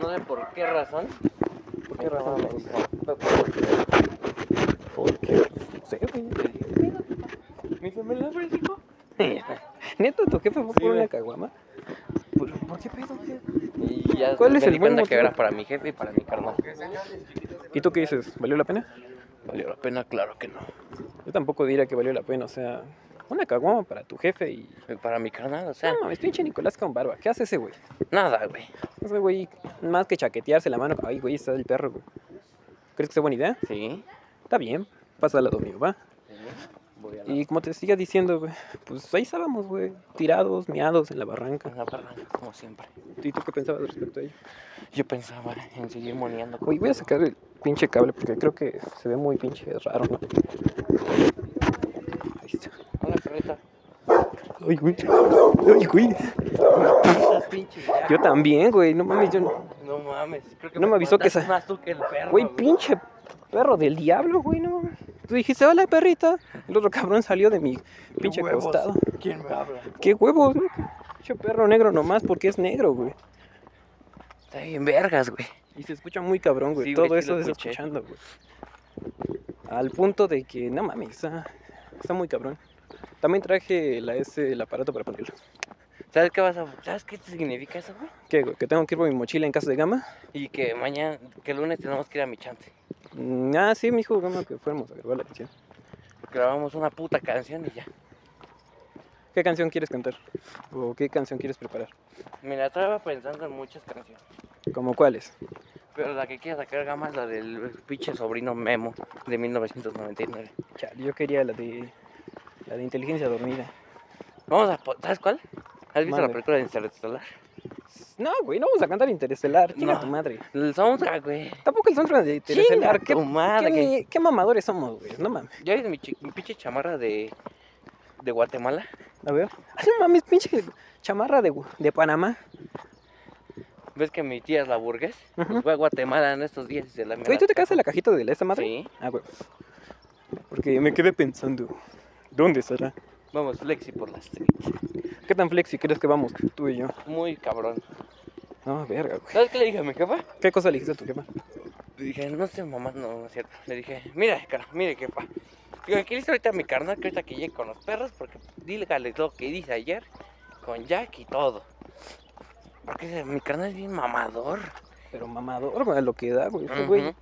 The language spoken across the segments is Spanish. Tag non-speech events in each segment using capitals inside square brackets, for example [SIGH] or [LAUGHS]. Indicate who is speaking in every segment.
Speaker 1: No sé por qué razón.
Speaker 2: ¿Por qué razón me gusta?
Speaker 1: Fue porque
Speaker 2: Porque no sé, güey.
Speaker 1: mi gemela me dijo.
Speaker 2: Neta, tu jefe fue
Speaker 1: Sí,
Speaker 2: por
Speaker 1: güey.
Speaker 2: una caguama. Pues, ¿Por qué pedo? güey?
Speaker 1: Y ya
Speaker 2: ¿Cuál
Speaker 1: después
Speaker 2: es
Speaker 1: me
Speaker 2: el
Speaker 1: di
Speaker 2: buen
Speaker 1: cuenta que
Speaker 2: motivo?
Speaker 1: era para mi jefe y para mi carnal.
Speaker 2: ¿Y tú qué dices? ¿Valió la pena?
Speaker 1: Valió la pena, claro que no.
Speaker 2: Yo tampoco diría que valió la pena, o sea, una caguama para tu jefe y.
Speaker 1: Y Para mi carnal, o sea,
Speaker 2: No mames, pinche Nicolás con barba. ¿Qué hace ese güey?
Speaker 1: nada, güey.
Speaker 2: Ese güey, más que chaquetearse la mano. Ay, güey, está el perro, güey. ¿Crees que sea buena idea?
Speaker 1: Sí.
Speaker 2: Está bien, pasa al lado mío, va.
Speaker 1: sí. Voy a la,
Speaker 2: Y como te siga diciendo, güey, pues ahí estábamos, güey, tirados, miados en la barranca.
Speaker 1: a la barranca, como siempre.
Speaker 2: ¿Y tú qué pensabas respecto a ello?
Speaker 1: Yo pensaba en seguir moneando.
Speaker 2: Güey, voy a sacar el pinche cable porque creo que se ve muy pinche raro, ¿no? Ahí está.
Speaker 1: Hola, perrita.
Speaker 2: Ay, güey. Ay, güey.
Speaker 1: Estás pinche ya.
Speaker 2: Yo también, güey. No mames, yo. no-
Speaker 1: No mames. Creo que
Speaker 2: No me avisó que
Speaker 1: contaste
Speaker 2: sa-
Speaker 1: más tú que el perro.
Speaker 2: Güey, pinche perro del diablo, güey, no mames. Tú dijiste, hola, perrita. El otro cabrón salió de mi
Speaker 1: Qué
Speaker 2: pinche
Speaker 1: huevos.
Speaker 2: costado.
Speaker 1: ¿Quién me habla?
Speaker 2: ¿Qué huevos, güey? Pinche perro negro nomás porque es negro, güey.
Speaker 1: Está bien vergas, güey.
Speaker 2: Y se escucha muy cabrón, güey.
Speaker 1: Sí,
Speaker 2: Todo
Speaker 1: güey, sí
Speaker 2: eso
Speaker 1: lo
Speaker 2: se está
Speaker 1: escuché.
Speaker 2: escuchando, güey. Al punto de que, no mames, está, está muy cabrón. También traje la, ese, el aparato para ponerlo.
Speaker 1: ¿Sabes qué vas a... ¿Sabes qué significa eso, güey?
Speaker 2: ¿Qué, güey? ¿Que tengo que ir por mi mochila en casa de gama?
Speaker 1: Y que mañana, que el lunes tenemos que ir a mi chance.
Speaker 2: Mm, ah, sí, mi hijo gama que fuéramos a grabar la canción.
Speaker 1: Grabamos una puta canción y ya.
Speaker 2: ¿Qué canción quieres cantar? ¿O qué canción quieres preparar?
Speaker 1: Mira, estaba pensando en muchas canciones.
Speaker 2: ¿Como cuáles?
Speaker 1: Pero la que quiero sacar gama es la del pinche sobrino Memo de 1999.
Speaker 2: Chale, yo quería la de. La de inteligencia dormida.
Speaker 1: Vamos a... po- ¿Sabes cuál? ¿Has visto la
Speaker 2: Mande.
Speaker 1: película de Interestelar?
Speaker 2: No, güey, no vamos a cantar Interestelar. Chinga
Speaker 1: No.
Speaker 2: tu madre.
Speaker 1: El soundtrack, güey.
Speaker 2: Tampoco el soundtrack de Interestelar.
Speaker 1: Chinga
Speaker 2: ¿Qué,
Speaker 1: tu madre,
Speaker 2: qué- qué mamadores somos, güey? No mames.
Speaker 1: ¿Ya viste mi, chi- mi pinche chamarra de, de Guatemala?
Speaker 2: A ver. Ay, no mames, pinche chamarra de, de Panamá.
Speaker 1: ¿Ves que mi tía es la burgués?
Speaker 2: Ujú.
Speaker 1: Pues fue a Guatemala en estos días y se la me
Speaker 2: Güey,
Speaker 1: la
Speaker 2: ¿tú te quedas
Speaker 1: trajo.
Speaker 2: en la cajita de la- esa madre?
Speaker 1: Sí.
Speaker 2: Ah, güey. Porque me quedé pensando. ¿Dónde estará?
Speaker 1: Vamos, flexi por las street.
Speaker 2: ¿Qué tan flexi crees que vamos tú y yo?
Speaker 1: Muy cabrón.
Speaker 2: No, verga, güey.
Speaker 1: ¿Sabes qué le dije a mi jefa?
Speaker 2: ¿Qué cosa le dijiste a tu jefa?
Speaker 1: Le dije, no sé, mamá, no, no es cierto. Le dije, mira, cara, mire, jefa. Tranquiliza ahorita a mi carnal que ahorita que llegue con los perros, porque dígale lo que hice ayer con Jack y todo. Porque ese- mi carnal es bien mamador.
Speaker 2: Pero mamador, güey, a lo que da, güey. Ese güey,
Speaker 1: Ujú.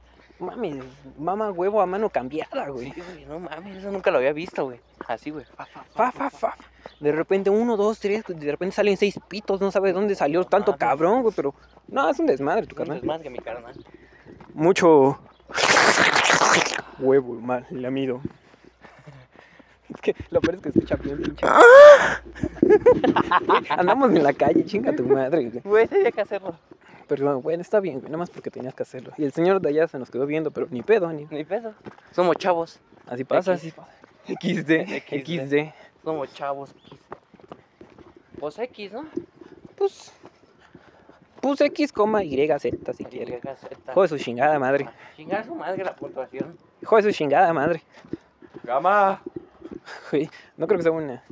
Speaker 2: mames, mama huevo a mano cambiada, güey.
Speaker 1: Sí, güey, no mames, eso nunca lo había visto, güey. Así, güey. fa, fa,
Speaker 2: Fa, fa, fa. De repente, uno, dos, tres, de repente salen seis pitos, no sabes dónde salió tanto
Speaker 1: mames.
Speaker 2: cabrón, güey, pero. No, es un desmadre tu
Speaker 1: Entonces,
Speaker 2: carnal.
Speaker 1: más que mi carnal.
Speaker 2: Mucho huevo mal lamido. [LAUGHS] Es que lo peor es que escucha bien [LAUGHS] pinche. Andamos en la calle, chinga tu madre. güey.
Speaker 1: Güey, tenía que hacerlo.
Speaker 2: Perdón, güey, está bien, güey, nada más porque tenías que hacerlo. Y el señor de allá se nos quedó viendo, pero ni pedo, ni.
Speaker 1: Ni pedo. Somos chavos.
Speaker 2: Así pasa,
Speaker 1: X.
Speaker 2: así pasa. [LAUGHS] XD,
Speaker 1: XD.
Speaker 2: XD.
Speaker 1: Somos chavos. Pues X, ¿no?
Speaker 2: Pues. Pues X, coma, Y, Z, si quiere. Hijo de su chingada madre.
Speaker 1: Chingar a su madre la puntuación.
Speaker 2: Hijo de su chingada madre.
Speaker 1: Gama.
Speaker 2: Güey, no creo que sea una.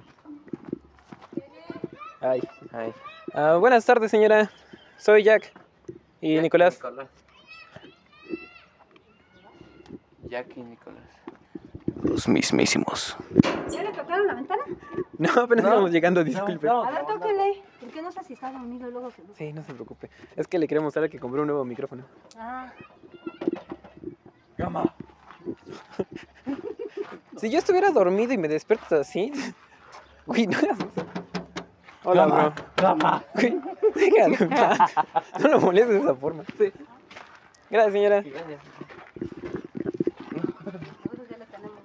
Speaker 2: Ay.
Speaker 1: Ay.
Speaker 2: Ah, buenas tardes, señora. Soy Jack. Y Nicolás.
Speaker 1: Jack y Nicolás. Los mismísimos.
Speaker 3: ¿Ya le tocaron la ventana?
Speaker 2: [LAUGHS] No, apenas
Speaker 1: No,
Speaker 2: íbamos llegando, disculpe.
Speaker 1: no,
Speaker 3: A ver,
Speaker 1: no, no.
Speaker 3: tóquele. ¿Por qué no sé si está dormido luego se nos...
Speaker 2: Sí, no se preocupe. Es que le quería mostrar que compré un nuevo micrófono.
Speaker 3: Ah,
Speaker 1: Gama.
Speaker 2: Si yo estuviera dormido y me despiertas así. [LAUGHS] Güey, no hagas eso. Hola, bro. [LAUGHS]
Speaker 1: Gama.
Speaker 2: Güey, déjalo
Speaker 1: [LAUGHS]
Speaker 2: en paz. No lo molestes de esa forma. Gracias, señora.
Speaker 1: Gracias.
Speaker 3: nosotros ya la tenemos.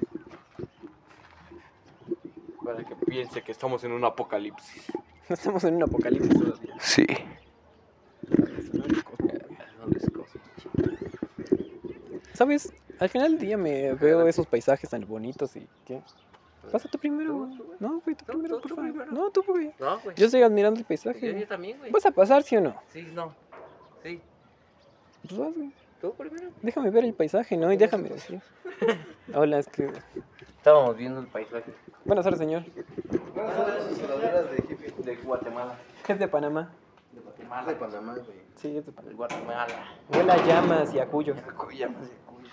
Speaker 4: Para que piense que estamos en un apocalipsis.
Speaker 2: No estamos en un apocalipsis todavía.
Speaker 4: Sí.
Speaker 2: ¿Sabes? Al final del día me veo esos paisajes tan bonitos y. ¿Qué? Pasa tú primero, güey. No, güey, tú
Speaker 1: Tú,
Speaker 2: primero,
Speaker 1: tú,
Speaker 2: por
Speaker 1: tú
Speaker 2: favor.
Speaker 1: primero. Pues
Speaker 2: No, tú, güey.
Speaker 1: No, güey.
Speaker 2: Yo estoy admirando el
Speaker 1: yo,
Speaker 2: paisaje.
Speaker 1: yo también, güey.
Speaker 2: ¿Vas a pasar, sí o no?
Speaker 1: Sí, no. Sí.
Speaker 2: Pues vas, güey.
Speaker 1: ¿Tú primero?
Speaker 2: Déjame ver el paisaje, ¿no? Y déjame decir. [LAUGHS] Hola, es que.
Speaker 1: Estábamos viendo el paisaje.
Speaker 2: Buenas tardes, señor.
Speaker 4: Buenas tardes, de Guatemala.
Speaker 2: Es de Panamá.
Speaker 1: Guatemala.
Speaker 4: de Panamá, güey.
Speaker 2: Sí, es de Panamá.
Speaker 1: De Guatemala.
Speaker 2: Huele a llamas y a cuyos.
Speaker 1: Cuya, más de cuya.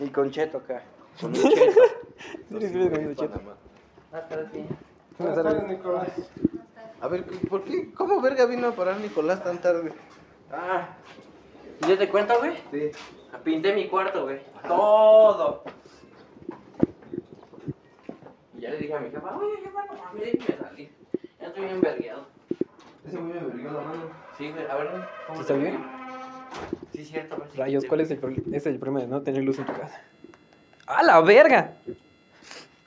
Speaker 1: Y con cheto acá.
Speaker 2: [LAUGHS]
Speaker 1: Con un
Speaker 2: Sí, sí, sí, sí, cheto.
Speaker 4: Panamá.
Speaker 1: Ah,
Speaker 2: Buenas tardes.
Speaker 4: A ver, ¿por qué? ¿Cómo verga vino a parar Nicolás tan tarde?
Speaker 1: Ah. ¿Y yo te cuento, güey?
Speaker 4: Sí.
Speaker 1: Pinté mi cuarto, güey. Todo. Y ya le dije a mi jefa, oye, jefa, no mames, déjame salir. Ya estoy bien vergueado.
Speaker 4: Ese güey me vergó la mano.
Speaker 1: Sí, güey, a ver, güey, ¿cómo
Speaker 2: ¿Sí
Speaker 1: te
Speaker 2: está
Speaker 1: ve?
Speaker 2: bien?
Speaker 1: Sí, cierto, güey. sí,
Speaker 2: Rayos,
Speaker 1: sí.
Speaker 2: ¿cuál es el, proble- es el problema de no tener luz en tu casa? ¡A la verga!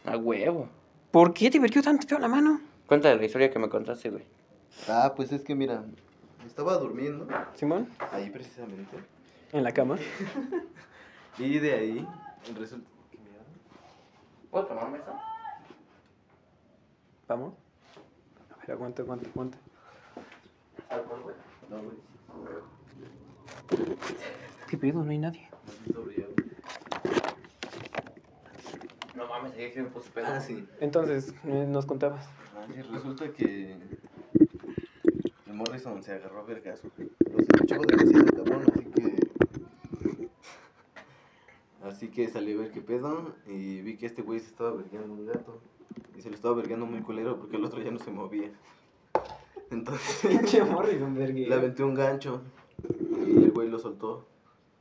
Speaker 1: A huevo.
Speaker 2: ¿Por qué te vertió tanto feo la mano?
Speaker 1: Cuéntale la historia que me contaste, güey.
Speaker 4: Ah, pues es que mira, estaba durmiendo
Speaker 2: Simón,
Speaker 4: ahí precisamente.
Speaker 2: en la cama.
Speaker 4: Y de ahí resulta. ¿Qué mierda?
Speaker 1: ¿Puedo tomarme eso?
Speaker 2: Vamos. A ver, aguanta, aguanta, aguanta.
Speaker 1: Alcohol, güey.
Speaker 4: No, güey.
Speaker 2: ¿Qué pedo? No hay nadie.
Speaker 4: No sé sobre ella, güey.
Speaker 1: No mames, ahí sí me puse pedo.
Speaker 4: Ah, sí.
Speaker 2: Entonces, eh, nos contabas.
Speaker 4: Ah, sí, resulta que. El Morrison se agarró a vergas. Los escuchó demasiado cabrón, así que. Así que salí a ver qué pedo y vi que este güey se estaba vergueando un gato. Y se lo estaba vergueando muy culero porque el otro ya no se movía. Entonces.
Speaker 2: [LAUGHS]
Speaker 4: [LAUGHS]
Speaker 2: Pinche Morrison, vergüenza.
Speaker 4: Le aventé un gancho y el güey lo soltó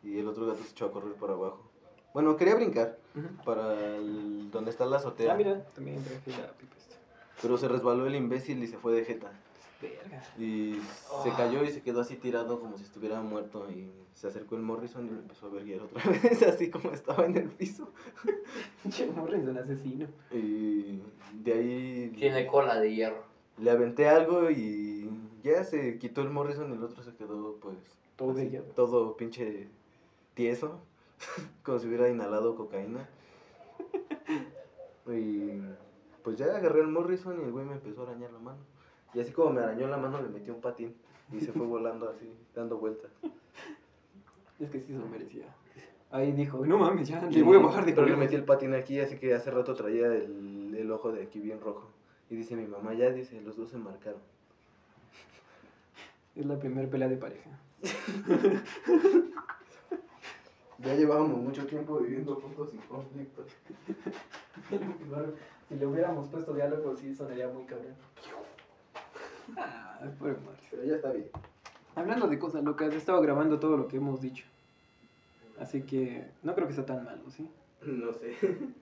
Speaker 4: y el otro gato se echó a correr para abajo. Bueno, quería brincar
Speaker 2: Ujú.
Speaker 4: para el- donde está la azotea,
Speaker 2: Ah, mira, también traje la pipa esta.
Speaker 4: pero se resbaló el imbécil y se fue de jeta.
Speaker 2: Verga.
Speaker 4: Y se cayó y se quedó así tirado como si estuviera muerto y se acercó el Morrison y lo empezó a verguiar otra [LAUGHS] vez, así como estaba en el piso.
Speaker 2: [LAUGHS] Pinche Morrison, asesino.
Speaker 4: Y de ahí
Speaker 1: Tiene cola de hierro.
Speaker 4: le aventé algo y ya se quitó el Morrison y el otro se quedó pues
Speaker 2: Todo
Speaker 4: Así,
Speaker 2: ella.
Speaker 4: todo pinche tieso, [LAUGHS] como si hubiera inhalado cocaína. Y pues ya agarré el Morrison y el güey me empezó a arañar la mano. Y así como me arañó la mano, le metí un patín y se fue volando así, dando vueltas.
Speaker 2: Es que sí se lo merecía. Ahí dijo, no mames, ya le voy a bajar de
Speaker 4: Pero le
Speaker 2: color.
Speaker 4: metí el patín aquí, así que hace rato traía el, el ojo de aquí bien rojo. Y dice mi mamá, ya dice, los dos se marcaron.
Speaker 2: Es la primera pelea de pareja. [LAUGHS]
Speaker 4: Ya llevábamos mucho tiempo viviendo juntos sin conflictos.
Speaker 2: Si le hubiéramos puesto diálogo, sí sonaría muy cabrón. Ah, pobre Morrison.
Speaker 4: Pero ya está bien.
Speaker 2: Hablando de cosas locas, he estado grabando todo lo que hemos dicho. Así que no creo que sea tan malo, ¿sí?
Speaker 4: No sé.